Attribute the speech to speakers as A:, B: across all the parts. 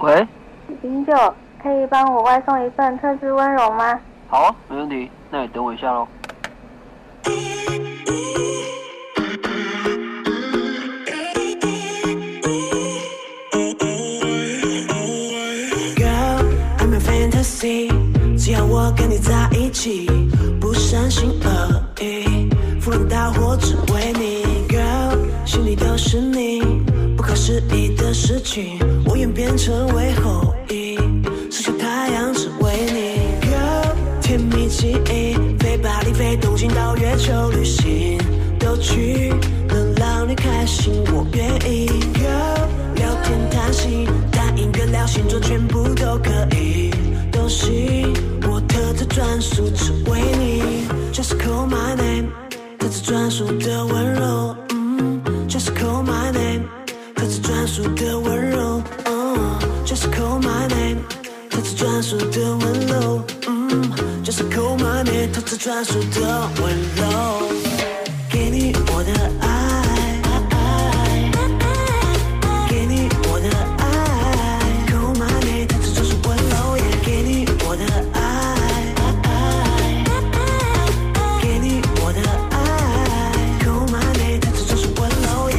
A: 喂，
B: 零九，可以帮我外送一份特制温柔吗？
A: 好啊，没问题，那你等我一下喽。
C: Girl, I'm a fantasy，只要我跟你在一起，不伤心而已，赴汤蹈火只为你。Girl，心里都是你，不可思议的事情，我愿变成为后羿，射下太阳只为你。Girl，甜蜜记忆，飞巴黎，飞东京到月球旅行，都去，能让你开心，我愿意。Girl，聊天谈心，谈音乐聊星座，全部都可以。东西我特制专属，只为你。Just call my name，特制专属的温柔。嗯，Just call my name，特制专属的温柔。嗯，Just call my name，特制专属的温柔。嗯，Just call my name，特制专属的温柔。给你我的爱。给你我的爱，Call my name，它只专属温柔也给你我的爱，给你我的爱，Call my name，它只专属温柔也。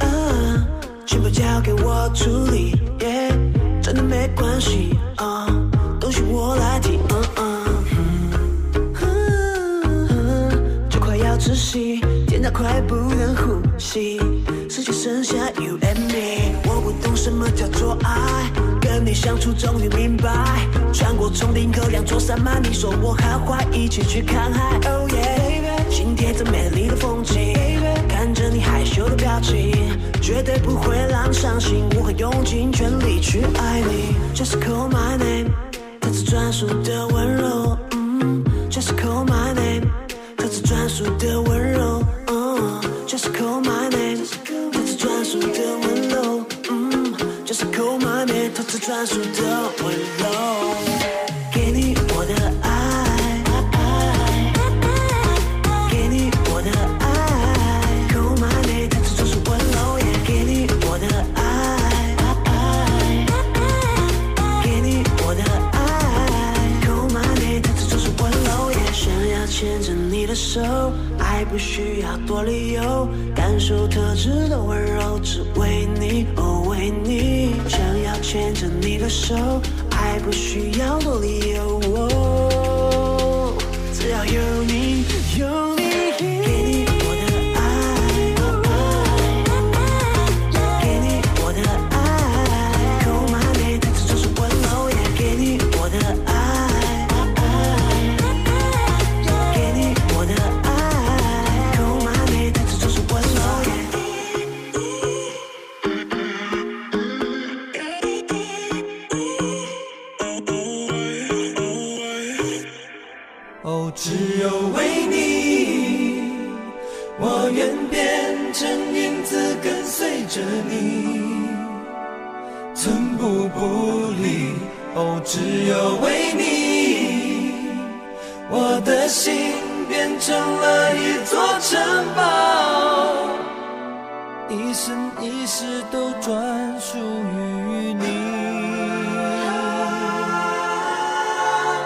C: 嗯啊全部交给我处理耶，真的没关系啊，东西我来提，嗯嗯。就快要窒息，甜到快不能呼吸，世界剩下 you and me。我不懂什么叫做爱，跟你相处终于明白，穿过丛林和两座山脉，你说我好坏，一起去看海。Oh yeah，心贴着美丽的风景，看着你害羞的表情，绝对不会让你伤心，我会用尽全力去爱你。Just call my name。它是专属的温柔。嗯，Just call my name，它是专属的温柔。嗯，Just call my name，它是专属的温柔。嗯，Just call my name，它是专属的温柔。给你我的爱，给你我的爱，Call my name，它是专属温柔。也给你我的爱。给你我的爱，Call my name，它只专属温柔。也想要牵着你的手，爱不需要多理由，感受特制的温柔，只为你，哦，为你。想要牵着你的手，爱不需要多理由，哦只要有你，有你。给你我的爱。给你我的爱，Call my name，它只专属温柔。也给你我的爱，给你我的爱，Call my name，它只专属温柔。
D: 哦，只有为你，我愿变成影子跟随着你，寸步不离。哦，只有为你，我的心变成了一座城堡，一生一世都专属于你。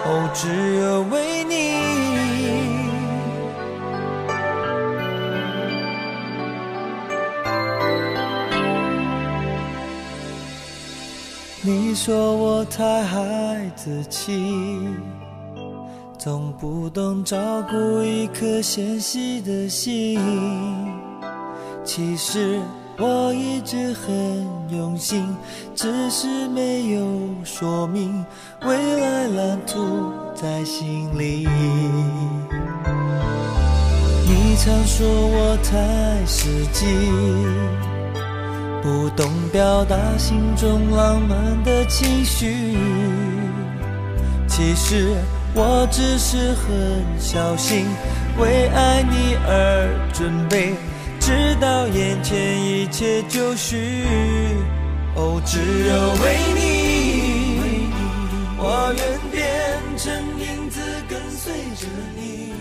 D: 哦，只有为你。你说我太孩子气，总不懂照顾一颗纤细的心。其实我一直很用心，只是没有说明未来蓝图在心里。你常说我太实际，不懂表达心中浪漫的情绪。其实我只是很小心，为爱你而准备，直到眼前一切就绪。哦，只有为你，我愿变成影子，跟随着你，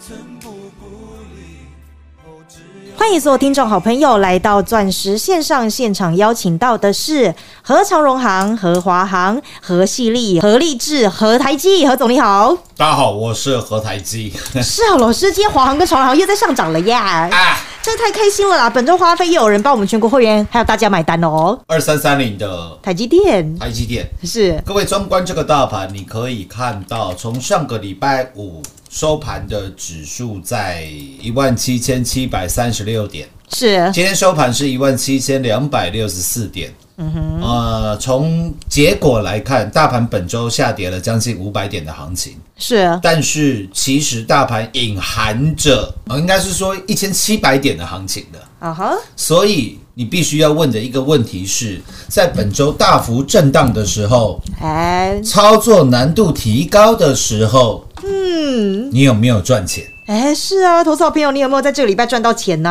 D: 寸步不离。哦，只有。
E: 欢迎所有听众好朋友来到钻石线上现场，邀请到的是何长荣行、何华航、何细丽、何立志、何台基。何总你 好，
F: 大家好，我是何台基。
E: 是啊，老师，今天华航跟长荣行又在上涨了耶！
F: 啊，
E: 真的太开心了啦！本周花费又有人帮我们全国会员还有大家买单哦。
F: 二三三零的
E: 台积电
F: 台积电，
E: 是
F: 各位纵观这个大盘，你可以看到，从上个礼拜五收盘的指数在一万七千七百三十六点，
E: 是
F: 今天收盘是一万七千两百六十四点。嗯哼，呃，从结果来看，大盘本周下跌了将近五百点的行情，
E: 是，
F: 但是其实大盘隐含着，呃，应该是说一千七百点的行情的。
E: 啊哈，
F: 所以你必须要问的一个问题是，在本周大幅震荡的时候，
E: 哎
F: 操作难度提高的时候，嗯，你有没有赚钱？
E: 哎，是啊，投资好朋友，你有没有在这个礼拜赚到钱呢、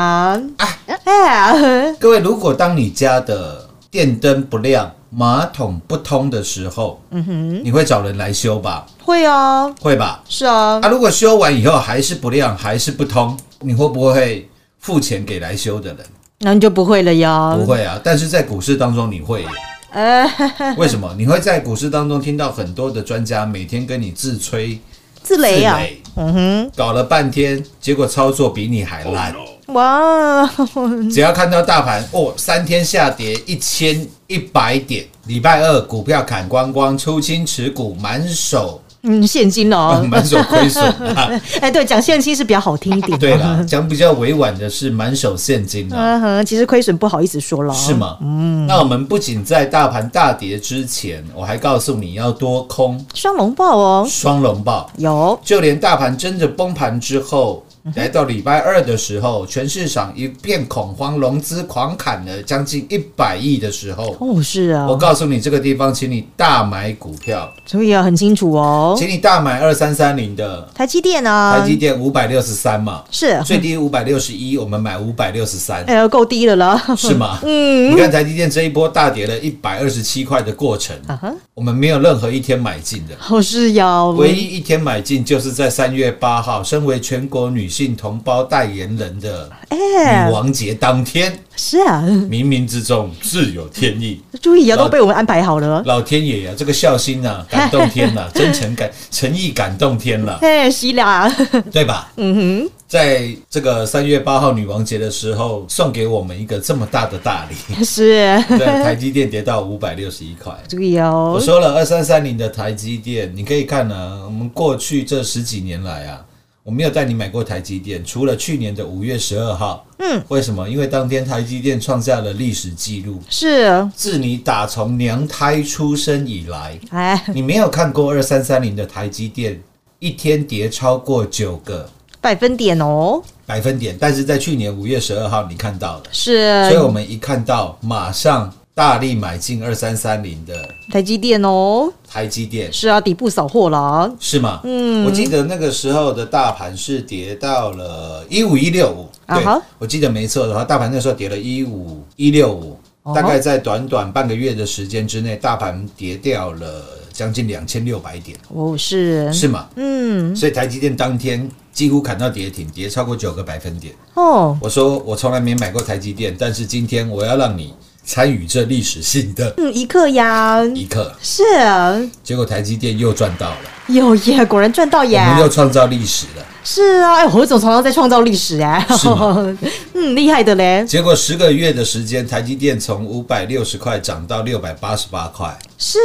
F: 啊
E: 哎，
F: 各位，如果当你家的电灯不亮、马桶不通的时候，嗯哼，你会找人来修吧？
E: 会啊，
F: 会吧？
E: 是啊
F: 啊，，如果修完以后还是不亮，还是不通，你会不会付钱给来修的人？
E: 那你就不会了呀，
F: 不，会啊，但是在股市当中你会啊耶。
E: 哎，
F: 为什么你会在股市当中听到很多的专家每天跟你自吹
E: 自雷啊，嗯哼。哦
F: 搞了半天，结果操作比你还烂。
E: 哇，嗯
F: 只要看到大盘哦，三天下跌一千一百点，礼拜二股票砍光光，出清持股，满手
E: 嗯，现金哦，
F: 满手亏损 啊。
E: 哎，对，讲现金是比较好听一点。
F: 对了，讲比较委婉的是满手现金啊。
E: 嗯哼，其实亏损不好意思说了，
F: 是？吗？嗯，那我们不仅在大盘大跌之前，我还告诉你要多空
E: 双龙报哦，
F: 双龙报，
E: 有
F: 就连大盘真的崩盘之后，
E: 嗯
F: 来到礼拜二的时候，全市场一片恐慌，融资狂砍了将近一百亿的时候，
E: 哦，是啊
F: 我，告诉你这个地方，请你大买股票，
E: 所以啊，很清楚哦。
F: 请你大买二三三零的
E: 台积电啊，
F: 台积电五百六十三嘛，
E: 是，啊
F: 最低五百六十一，我们买五百六十三。
E: 哎呦，够低了啦，
F: 是吗？
E: 嗯
F: 你看台积电这一波大跌了一百二十七块的过程，
E: 啊哈，
F: 我们没有任何一天买进的，
E: 哦是呀，
F: 唯一一天买进就是在三月八号，身为全国女性同胞代言人的
E: 哎
F: 女，王节当天，
E: 是啊，
F: 冥冥之中自有天意，
E: 注意啊，都被我们安排好了。
F: 老天爷呀、这个孝心啊，感动天呐、真诚感诚意感动天了，
E: 哎，希啦，
F: 对吧？
E: 嗯哼，
F: 在这个三月八号女王节的时候，送给我们一个这么大的大 礼，
E: 是，
F: 对，台积电跌到五百六十一块。
E: 注意哦
F: 我，说了，二三三零的台积电，你可以看啊，我们过去这十几年来啊，我没有带你买过台积电，除了去年的五月十二号。嗯，为什么？因为当天台积电创下了历史记录，
E: 是，
F: 自你打从娘胎出生以来，
E: 哎，
F: 你没有看过二三三零的台积电一天跌超过九个
E: 百分点哦，
F: 百分点，但是在去年五月十二号你看到了，
E: 是
F: 所以我们一看到马上大力买进二三三零的
E: 台积电哦，
F: 台积电。
E: 是啊，底部扫货了，
F: 是吗？嗯，我记得那个时候的大盘是跌到了一五一六五，
E: 啊
F: 对
E: 哈
F: 我记得没错的话，大盘那时候跌了一五一六五，大概在短短半个月的时间之内，大盘跌掉了将近两千六百点，
E: 哦是，
F: 是吗？
E: 嗯，
F: 所以台积电当天几乎砍到跌停，跌超过九个百分点。
E: 哦，
F: 我说我从来没买过台积电，但是今天我要让你参与这历史性的
E: 嗯，一克呀，
F: 一刻，
E: 是啊，
F: 结果台积电又赚到了，
E: 有耶，果然赚到耶
F: 我，们又创造历史了。
E: 是啊，哎，侯总常常在创造历史哎
F: 是吗，
E: 嗯，厉害的嘞，
F: 结果十个月的时间，台积电从五百六十块涨到六百八十八块，
E: 是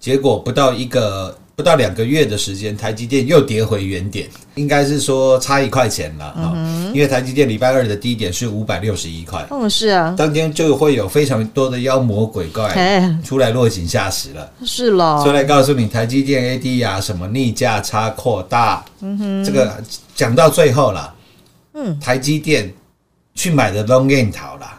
F: 结果不到一个不到两个月的时间，台积电又跌回原点，应该是说差一块钱了啊、因为台积电礼拜二的低点是五百六十一块。
E: 嗯，是啊，
F: 当天就会有非常多的妖魔鬼怪
E: 嘿
F: 出来落井下石了，
E: 是
F: 出
E: 了，
F: 来告诉你台积电 AD 啊，什么逆价差
E: 嗯
F: 扩大，这个讲到最后了，台积电去买的 long gain 逃 啦，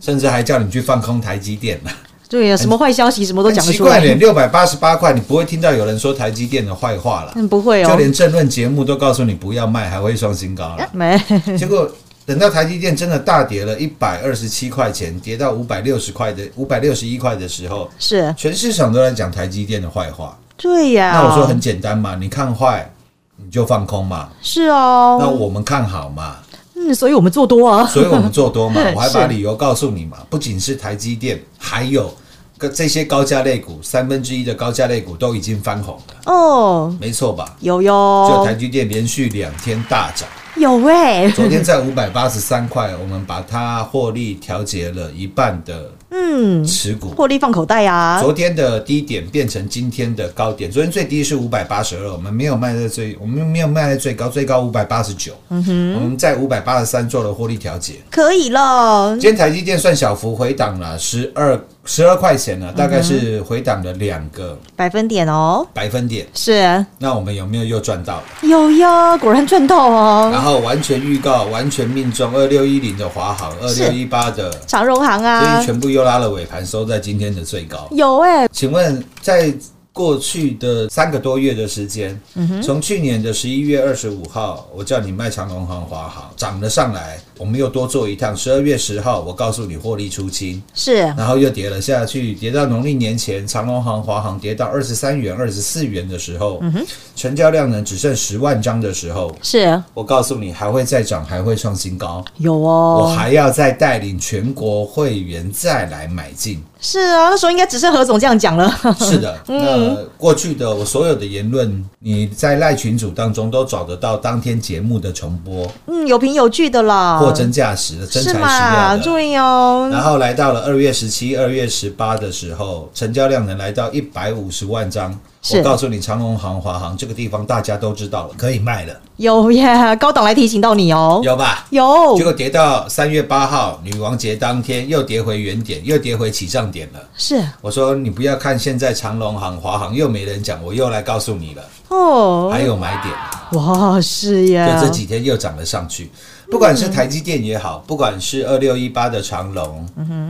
F: 甚至还叫你去放空台积电啦。
E: 对呀、什么坏消息什么都
F: 很
E: 讲得
F: 奇
E: 出
F: 怪
E: 来。
F: 点，六百八十八块，你不会听到有人说台积电的坏话啦。
E: 嗯，不会
F: 就
E: 哦，
F: 连政论节目都告诉你不要卖，还会创新 高了。
E: 没
F: 结果等到台积电真的大跌了一百二十七块钱，跌到五百六十块的五百六十一块的时候，
E: 是，
F: 全市场都在讲台积电的坏话。
E: 对呀、
F: 那我说很简单嘛，你看坏你就放空嘛，
E: 是
F: 那
E: 哦，
F: 我们看好嘛，
E: 嗯，所以我们做多啊，。
F: 所以我们做多嘛我还把
E: 是
F: 理由告诉你嘛，不仅是台积电，还有个这些高价类股，三分之一的高价类股都已经翻红 了，
E: 哦，
F: 没错吧？
E: 有
F: 就
E: 哟
F: 台，积电连续两天大涨。
E: 有哎、
F: 昨天在五百八十三块，我们把它获利调节了一半的
E: 嗯，
F: 持股。
E: 获利放口袋啊，
F: 昨天的低点变成今天的高点，昨天最低是五百八十二，我们没有卖在最，我们没有卖在最高，最高五百八十九，
E: 嗯
F: 我们在五百八十三做了获利调节。
E: 可以了
F: 今，天台积电算小幅回档了，十二十二块钱
E: 嗯
F: 了，大概是回档了两个
E: 百分点哦，
F: 百分点。
E: 是
F: 那我们有没有又赚到了？
E: 有呀，果然赚到哦，
F: 然后完全预告，完全命中二六一零的华航，二
E: 是
F: 六一八的
E: 长荣行
F: 所
E: 啊
F: 以，全部又拉了尾盘，收在今天的最高。
E: 有哎、
F: 请问，在过去的三个多月的时间，从去年的十一月二十五号，我叫你卖长隆行、华航，涨了上来，我们又多做一趟。十二月十号，我告诉你获利出清，
E: 是
F: 然后又跌了下去，跌到农历年前，长隆行、华航跌到二十三元、二十四元的时候，成交量呢只剩十万张的时候，
E: 是
F: 我告诉你还会再涨，还会创新高。
E: 有
F: 我
E: 哦，
F: 还要再带领全国会员再来买进。
E: 是啊，那时候应该只是何总这样讲了，嗯
F: 是的， 那过去的我所有的言论，你在赖群组当中都找得到当天节目的重播，
E: 嗯，有凭有据的啦，
F: 货真价实的，真材
E: 啊是
F: 实
E: 嘛？
F: 料的。
E: 对
F: 然
E: 哦，
F: 后来到了二月十七、二月十八的时候，成交量能来到一百五十万张。
E: 是
F: 我告诉你，长隆行、华航这个地方大家都知道了，可以卖了，
E: 有耶，高档来提醒到你哦，
F: 有吧？
E: 有
F: 结果跌到三月八号女王节当天，又跌回原点，又跌回起涨点了。
E: 是
F: 我说你不要看现在长隆行、华航又没人讲，我又来告诉你了，
E: 哦
F: 还，有买点，
E: 哇，是耶，
F: 就这几天又涨了上去。不管是台积电也好，不管是二六一八的长隆，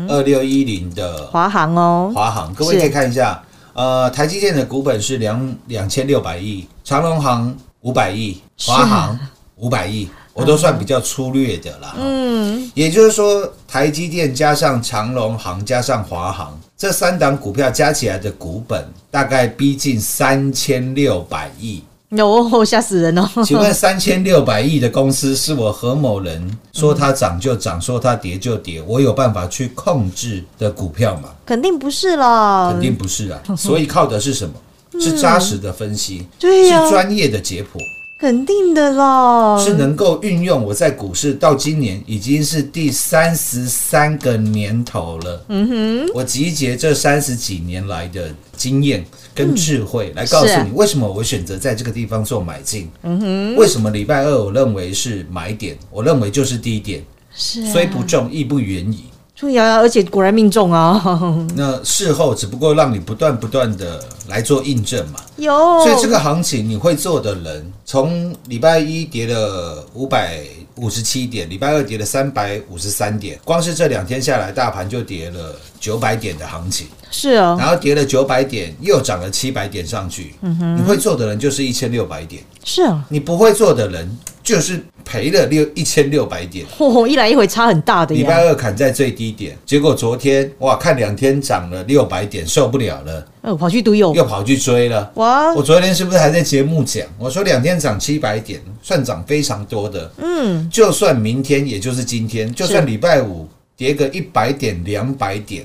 F: 二六一零的
E: 华航哦，
F: 嗯华航，各位可
E: 是
F: 以看一下，呃，台积电的股本是两两千六百亿，长隆行五百亿，华航五百亿，我都算比较粗略的啦。哦
E: 嗯，
F: 也就是说，台积电加上长隆行加上华航这三档股票加起来的股本大概逼近三千六百亿。
E: 有吓死人哦，
F: 请问三千六百亿的公司是我何某人说它涨就涨，说它跌就跌，我有办法去控制的股票吗？
E: 肯定不是啦，
F: 肯定不是啊。所以靠的是什么？是扎实的分析，
E: 对呀
F: 是专业的解剖。
E: 肯定的啦，
F: 是能够运用我在股市到今年已经是第三十三个年头了。嗯哼，我集结这三十几年来的经验跟智慧，来告诉
E: 是
F: 你为什么我选择在这个地方做买进。嗯哼，为什么礼拜二我认为是买点，我认为就是低点，
E: 是啊
F: 虽不中亦不远矣。
E: 对呀，啊而且果然命中啊，
F: 那事后只不过让你不断不断的来做印证嘛。
E: 有，
F: 所以这个行情你会做的人，从礼拜一跌了五百五十七点，礼拜二跌了三百五十三点，光是这两天下来，大盘就跌了九百点的行情，
E: 是哦，嗯
F: 然后跌了九百点，又涨了七百点上去。你会做的人就是一千六百点，
E: 是啊，
F: 你不会做的人就是赔了六一千六百点。
E: 嚯，一来一回差很大的
F: 礼拜
E: 呀，
F: 二砍在最低点，结果昨天哇，看两天涨了六百点，受不了了，
E: 呃，跑去赌友，
F: 又跑去追了。
E: 哇，
F: 我昨天是不是还在节目讲？我说两天涨七百点，算涨非常多的。
E: 嗯，
F: 就算明天，也就是今天，就算礼拜五跌个一百点、两百点，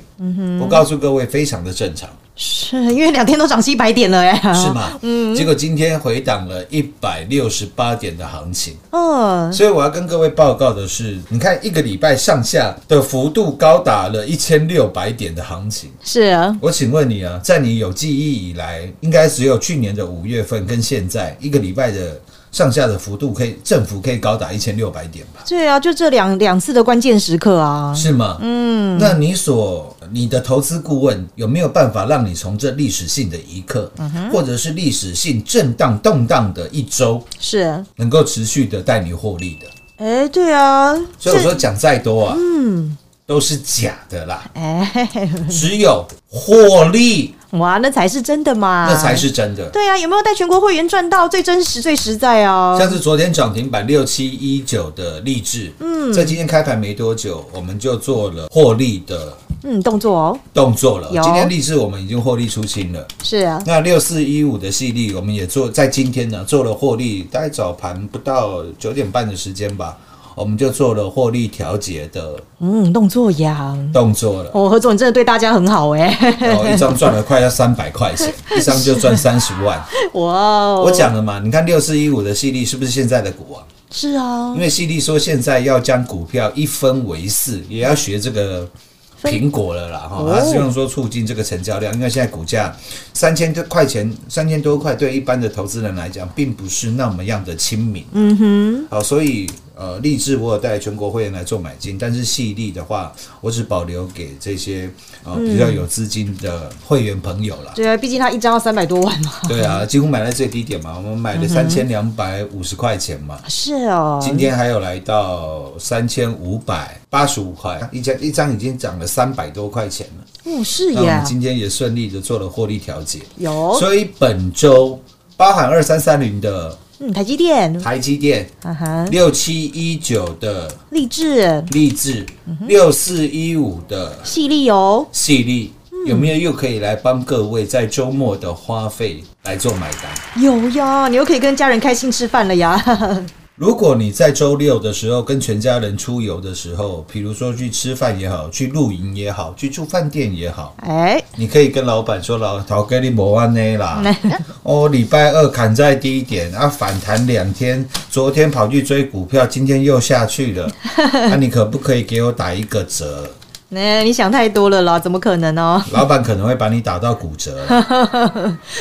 F: 我告诉各位，非常的正常，
E: 是因为两天都涨七百点了哎，
F: 是？吗？结果今天回档了一百六十八点的行情，
E: 嗯，
F: 所以我要跟各位报告的是，你看一个礼拜上下的幅度高达了一千六百点的行情。
E: 是啊，
F: 我请问你啊，在你有记忆以来，应该只有去年的五月份跟现在一个礼拜的上下的幅度，可以振幅可以高达一千六百点吧？
E: 对啊，就这两两次的关键时刻啊，
F: 是吗？嗯，那你所你的投资顾问有没有办法让你从这历史性的一刻，或者是历史性震荡动荡的一周，
E: 是啊
F: 能够持续的带你获利的？
E: 哎、对啊，
F: 所以我
E: 这
F: 说讲再多啊，嗯，都是假的啦，
E: 哎、嘿嘿嘿
F: 只有获 利
E: 哇，那才是真的嘛，
F: 那才是真的。
E: 对啊，有没有带全国会员赚到最真实、最实在啊？
F: 像是昨天涨停板六七一九的励志，嗯，在今天开盘没多久，我们就做了获利的
E: 嗯，动作哦，
F: 动作了
E: 有。
F: 今天励志我们已经获利出清了。
E: 是啊，
F: 那六四一五的系列，我们也做在今天呢做了获利，大概早盘不到九点半的时间吧，我们就做了获利调节的
E: 嗯，动作呀。
F: 动 作了。
E: 哦，何总，你真的对大家很好哎、
F: 然后一张赚了快要三百块钱，一张就赚三十 万。
E: 哇哦，
F: 我讲了嘛，你看六四一五的系列是不是现在的股王？
E: 是啊
F: 哦因，为犀利说现在要将股票一分为四，也要学这个苹果了啦哈
E: 哦，
F: 他希望说促进这个成交量，因为现在股价三千多块钱，三千多块对一般的投资人来讲，并不是那么样的亲民。嗯哼，好，所以呃，励志我有带全国会员来做买进，但是细利的话，我只保留给这些呃比较有资金的会员朋友啦。
E: 对啊，毕竟他一张要三百多万嘛。
F: 对啊，几乎买在最低点嘛，我们买了三千两百五十块钱嘛。
E: 是哦，
F: 今天还有来到三千五百八十五块，一张一张已经涨了三百多块钱了。
E: 哦是
F: 那我
E: 耶
F: 们，嗯今天也顺利的做了获利调节，
E: 有
F: 所以本周包含二三三零的
E: 嗯，台积电，
F: 台积电、
E: 啊哈，
F: 六七一九的
E: 励志、
F: 立志、六四一五的
E: 细粒油，
F: 系列，
E: 嗯
F: 有没有又可以来帮各位在周末的花费来做买单？
E: 有呀，你又可以跟家人开心吃饭了呀。
F: 如果你在周六的时候跟全家人出游的时候，比如说去吃饭也好，去露营也好，去住饭店也好，
E: 哎，
F: 你可以跟老板说：“老陶给你磨完呢啦，哦，礼拜二砍在低点，啊，反弹两天，昨天跑去追股票，今天又下去了，那、你可不可以给我打一个折？”
E: 那、你想太多了啦，怎么可能哦呢、
F: 老板可能会把你打到骨折，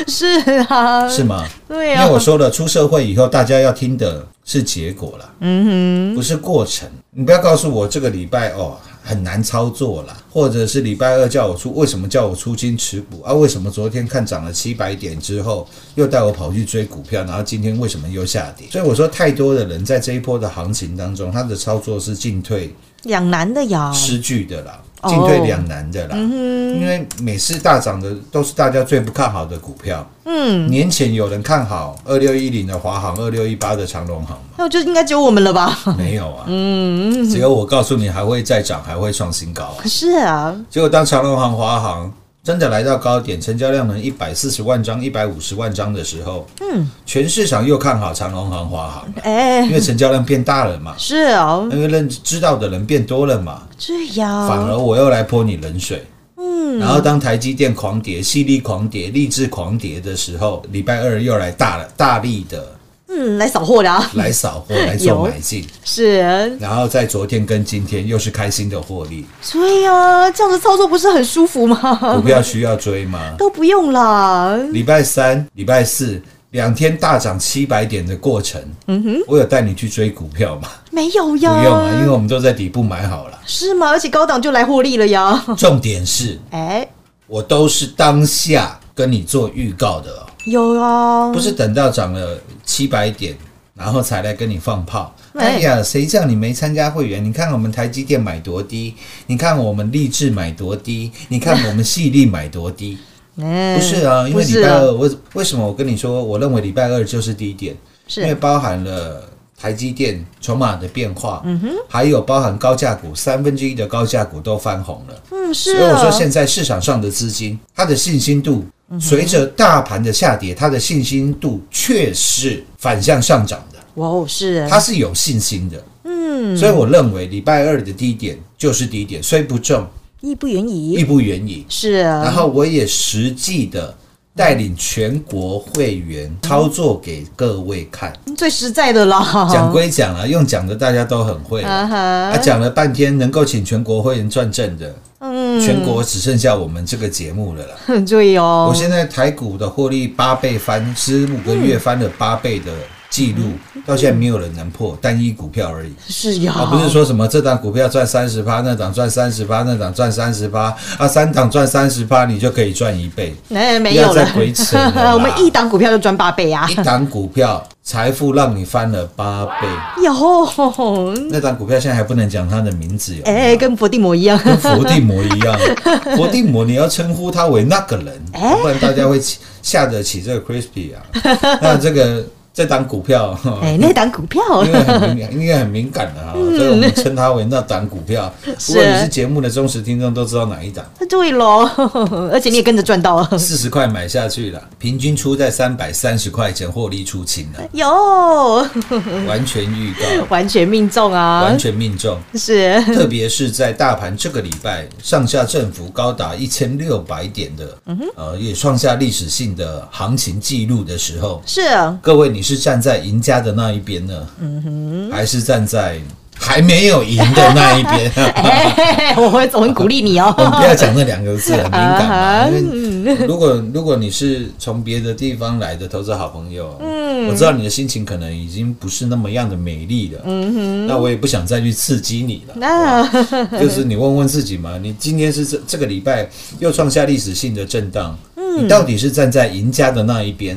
E: 是啊，
F: 是吗？
E: 对
F: 因
E: 啊
F: 为，我说了，出社会以后，大家要听的是结果啦，嗯哼，不是过程。你不要告诉我这个礼拜哦很难操作啦，或者是礼拜二叫我出，为什么叫我出金持股啊？为什么昨天看涨了七百点之后，又带我跑去追股票，然后今天为什么又下跌？所以我说，太多的人在这一波的行情当中，他的操作是进退
E: 两难的呀。
F: 失据的啦。
E: 哦嗯
F: 进退两难的啦，因为每次大涨的都是大家最不看好的股票，
E: 嗯，
F: 年前有人看好二六一零的华航，二六一八的长隆航 吗？
E: 那就应该只有我们了吧？
F: 没有啊，
E: 嗯
F: 只有我告诉你还会再涨，还会创新高啊、
E: 是啊，
F: 结果当长隆航、华航真的来到高点，成交量能一百四十万张、一百五十万张的时候，嗯，全市场又看好长隆航、华航，
E: 哎
F: 因，为成交量变大 了嘛，
E: 是啊，
F: 因为认知道的人变多了嘛，
E: 这样
F: 反而我又来泼你冷水。哦嗯，然后当台积电狂跌、细力狂跌、励志狂跌的时候，礼拜二又来大了大力的
E: 嗯来扫货的啊，
F: 来扫 货来做买进，
E: 是，
F: 然后在昨天跟今天又是开心的获利，
E: 对呀、这样的操作不是很舒服吗
F: 股？票需要追吗？
E: 都不用啦，
F: 礼拜三、礼拜四两天大涨七百点的过程，嗯哼，我有带你去追股票吗？
E: 没有
F: 不
E: 呀，
F: 用啊，因为我们都在底部买好了。
E: 是吗？而且高档就来获利了呀，
F: 重点是
E: 哎，
F: 我都是当下跟你做预告的、哦，
E: 有啊，
F: 不是等到涨了七百点。然后才来跟你放炮。
E: 哎
F: 哎呀，谁叫你没参加会员？你看我们台积电买多低，你看我们励志买多低，你看我们细粒买多 低。
E: 嗯，
F: 不是啊，因
E: 不
F: 为
E: 是
F: 礼拜
E: 啊
F: 二，我为什么我跟你说，我认为礼拜二就是低点，因为
E: 是
F: 包含了台积电筹码的变化，嗯哼，还有包含高价股，三分之一的高价股都翻红了。
E: 嗯是
F: 所以我说，
E: 啊，
F: 现在市场上的资金，它的信心度
E: 嗯
F: 随着大盘的下跌，它的信心度却是反向上涨的，
E: 哇哦是，
F: 它是有信心的。嗯，所以我认为礼拜二的低点就是低点，虽不中，
E: 义不言
F: 亦
E: 矣，
F: 不远矣。
E: 是啊，
F: 然后我也实际的带领全国会员
E: 嗯
F: 操作给各位看。
E: 最实在的啦，
F: 讲归讲啊，用讲的大家都很会
E: 啊
F: 啊。
E: 哈，
F: 讲了半天，能够请全国会员转正的，
E: 嗯
F: 全国只剩下我们这个节目了啦。
E: 很注意哦，
F: 我现在台股的获利八倍翻，十五个月翻了八倍的记录，
E: 嗯
F: 到现在没有人能破单一股票而已。
E: 是呀，
F: 啊，不是说什么这档股票赚三十趴，那档赚三十趴，那档赚三十趴，啊，三档赚三十趴，你就可以赚一倍。
E: 哎没有
F: 不要
E: 了
F: 再鬼扯了 啦
E: 我们一档股票就赚八倍 啊
F: 一，档股票财富让你翻了八倍，
E: 有，
F: 那档股票现在还不能讲它的名字有没有，
E: 哎，跟伏地魔一样，
F: 嗯跟伏地魔一样， 伏地魔你要称呼他为那个人，
E: 哎
F: 不然大家会起下得起这个 crispy 啊。 那这个这档股票，哈
E: 哎，那档股嗯票
F: 因为很敏感，应该很敏感的哈，所以我们称它为那档股票。如果你是节目的忠实听众，都知道哪一 档，
E: 对喽，而且你也跟着赚到了，
F: 四十块买下去了，平均出在三百三十块钱，获利出清了，
E: 有，
F: 完全预告，
E: 嗯 完全命中啊
F: 完，全命中。
E: 是，
F: 特别是在大盘这个礼拜上下振幅高达一千六百点的，呃，也创下历史性的行情记录的时候，
E: 是，
F: 各位，你是站在赢家的那一边呢，还是站在还没有赢的那一边？
E: 哎， 我会我很鼓励你
F: 我们不
E: 哦，
F: 要讲那两个字，很敏感嘛。因为如果如果你是从别的地方来的投资好朋友，我知道你的心情可能已经不是那么样的美丽了，那我也不想再去刺激你 了。
E: 那
F: 就是你问问自己嘛，你今天是这这个礼拜又创下历史性的震荡，
E: 嗯
F: 你到底是站在赢家的那一边，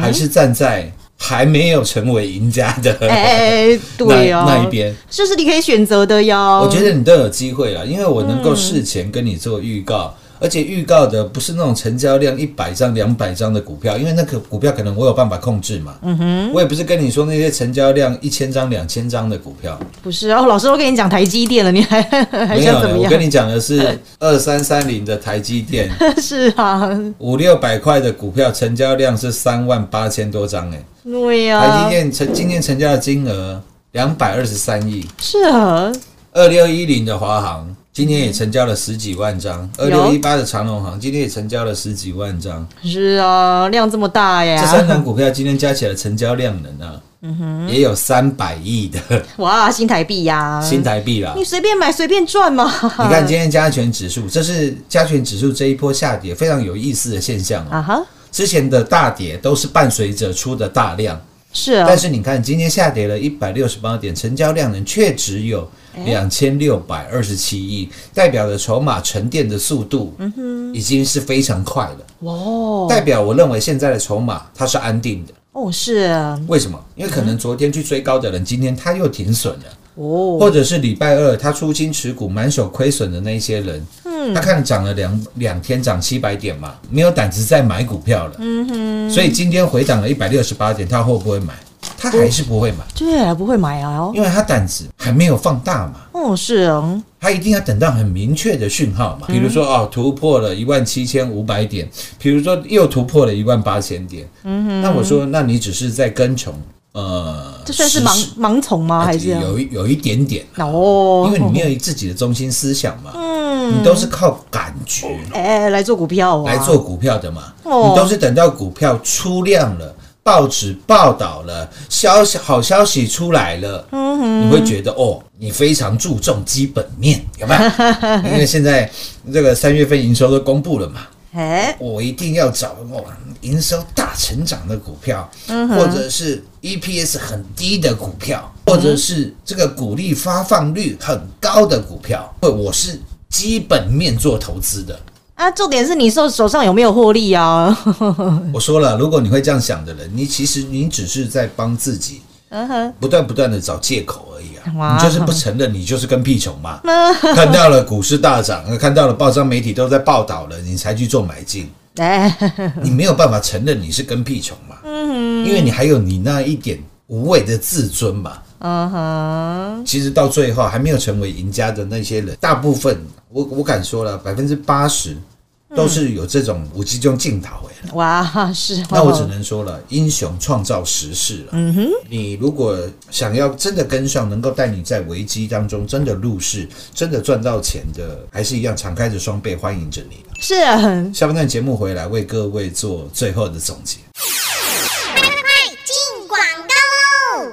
F: 还是站在还没有成为赢家的
E: 哎，对哦，
F: 那那一边？
E: 这是你可以选择的哟，
F: 我觉得你都有机会了，因为我能够事前跟你做预告。而且预告的不是那种成交量一百张、两百张的股票，因为那个股票可能我有办法控制嘛。嗯哼，我也不是跟你说那些成交量一千张、两千张的股票，
E: 不是哦，老师都跟你讲台积电了，你还 还
F: 没有
E: 想怎
F: 欸
E: 么
F: 我跟
E: 样？
F: 你讲的是 二三三零的台积电，
E: 是啊，
F: 五六百块的股票成交量是三万八千多张哎、
E: 对呀、
F: 台积电成今天成交的金额两百二十三亿，
E: 是啊，
F: 二六一零的华航今天也成交了十几万张，二
E: 嗯
F: 六一八的长隆行今天也成交了十几万张，
E: 是啊，量这么大
F: 这三
E: 呀！嗯
F: 档股票今天加起来成交量能啊，也有三百亿的
E: 哇，新台币呀、
F: 新台币啦。
E: 你随便买随便赚嘛。
F: 你看今天加权指数，这是加权指数这一波下跌非常有意思的现象 啊。
E: 啊哈，
F: 之前的大跌都是伴随着出的大量。
E: 是啊
F: 但，是你看，今天下跌了一百六十八点，成交量呢却只有两千六百二十七亿，代表的筹码沉淀的速度，已经是非常快了。
E: 哦
F: 代表我认为现在的筹码它是安定的，
E: 哦是啊，
F: 为什么？因为可能昨天去追高的人，今天他又停损了。
E: 哦
F: 或者是礼拜二他出清持股满手亏损的那一些人，
E: 嗯
F: 他看涨了两两天涨七百点嘛，没有胆子再买股票了，
E: 嗯
F: 所以今天回档了一百六十八点，他会不会买？他还是不会买，
E: 对啊，不会买啊哦，
F: 因为他胆子还没有放大嘛，
E: 哦是啊，
F: 他一定要等到很明确的讯号
E: 嗯
F: 嘛，比如说哦突破了一万七千五百点，比如说又突破了一万八千点，
E: 嗯
F: 那我说那你只是在跟从，呃，
E: 这算是
F: 时啊
E: 盲盲从吗？还是
F: 有一有一点点啊
E: 哦嗯
F: 因为你没有自己的中心思想嘛，你都是靠感觉
E: 哎来做股票啊？
F: 来做股票的嘛，
E: 哦
F: 你都是等到股票出量了。报纸报道了，消息好消息出来了，
E: 嗯
F: 你会觉得哦，你非常注重基本面，有 没有？因为现在这个三月份营收都公布了嘛，
E: 哎
F: 我一定要找哦营收大成长的股票，
E: 嗯
F: 或者是 EPS 很低的股票，或者是这个股利发放率很高的股票。对，我是基本面做投资的。
E: 啊，重点是你手手上有没有获利啊？
F: 我说了，如果你会这样想的人，你其实你只是在帮自己
E: 嗯哼，
F: 不断不断的找借口而已
E: 哇嗯
F: 啊！你就是不承认，你就是跟屁虫嘛。 看到了股市大涨，看到了报章媒体都在报道了，你才去做买进。
E: 哎
F: 你没有办法承认你是跟屁虫嘛，
E: 嗯
F: 因为你还有你那一点无谓的自尊嘛。
E: 嗯哼，
F: 其实到最后还没有成为赢家的那些人，大部分我我敢说了，百分之八十都是有这种无极中镜头哎。
E: 哇是哦，
F: 那我只能说了，英雄创造时势了。嗯哼，你如果想要真的跟上，能够带你在危机当中真的入市、真的赚到钱的，还是一样敞开着双臂欢迎着你。
E: 是啊。
F: 下半段节目回来为各位做最后的总结。
G: 进广告喽！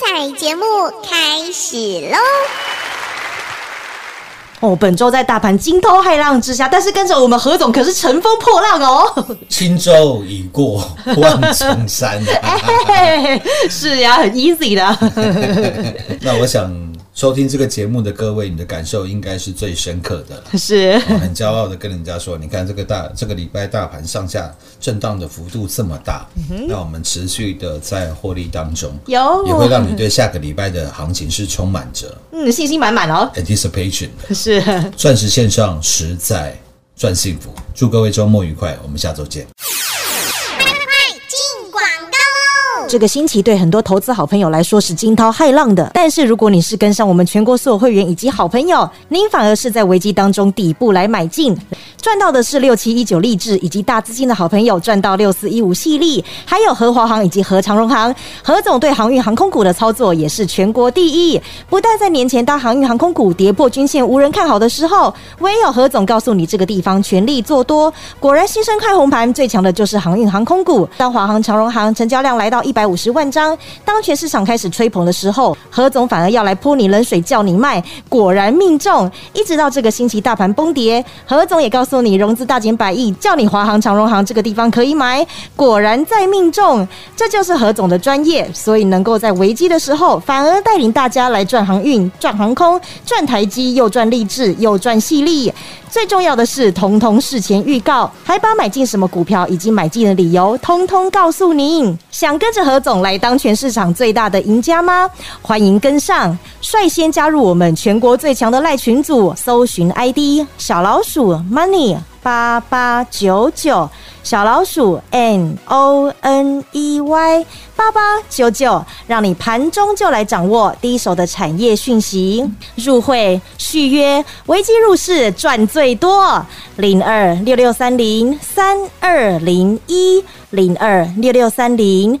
G: 彩节目开始喽！
E: 哦，本周在大盘惊涛骇浪之下，但是跟着我们何总可是乘风破浪哦。
F: 轻舟已过万重山、啊
E: 哎是呀、很 easy 的，
F: 那我想收听这个节目的各位，你的感受应该是最深刻的了。
E: 是
F: 我啊很骄傲的跟人家说，你看这个大这个礼拜大盘上下震荡的幅度这么大，那我们持续的在获利当中，
E: 有
F: 也会让你对下个礼拜的行情是充满着
E: 嗯信心满满哦。
F: anticipation 的。
E: 是
F: 钻石线上实在赚幸福，祝各位周末愉快，我们下周见。
G: 进广告喽！
E: 这个星期对很多投资好朋友来说是惊涛骇浪的，但是如果你是跟上我们全国所有会员以及好朋友，您反而是在危机当中底部来买进，赚到的是六七一九励志以及大资金的好朋友赚到六四一五系利，还有和华航以及和长荣航。何总对航运航空股的操作也是全国第一，不但在年前当航运航空股跌破均线无人看好的时候，唯有何总告诉你这个地方全力做多。果然新生开红盘，最强的就是航运航空股。当华航、长荣航成交量来到一百五十万张，当全市场开始吹捧的时候，何总反而要来泼你冷水，叫你卖，果然命中。一直到这个星期大盘崩跌，何总也告诉你融资大减百亿，叫你华航、长荣航这个地方可以买，果然再命中。这就是何总的专业，所以能够在危机的时候，反而带领大家来赚航运、赚航空、赚台积，又赚励志，又赚细粒。最重要的是，通通事前预告，还把买进什么股票以及买进的理由，通通告诉您。想跟着何总来当全市场最大的赢家吗？欢迎跟上，率先加入我们全国最强的赖群组，搜寻 ID 小老鼠 Money 八八九九，小老鼠 N O N E Y 八八九九，让你盘中就来掌握第一手的产业讯息，入会续约，危机入市赚最多，零二六六三零三二零一零二六六三零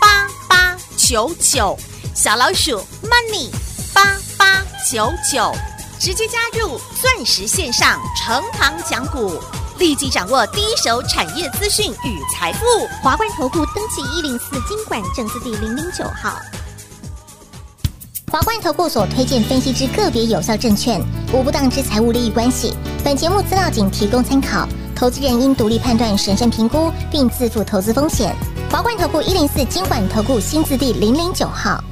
G: 八八九九，小老鼠 Money 八八九九，直接加入钻石线上成堂讲股，立即掌握第一手产业资讯与财富。华冠投顾登记一零四经管证字第零零九号。华冠投顾所推荐分析之个别有效证券，无不当之财务利益关系。本节目资料仅提供参考，投资人应独立判断、审慎评估，并自负投资风险。华冠投顾一零四经管投顾新字第零零九号。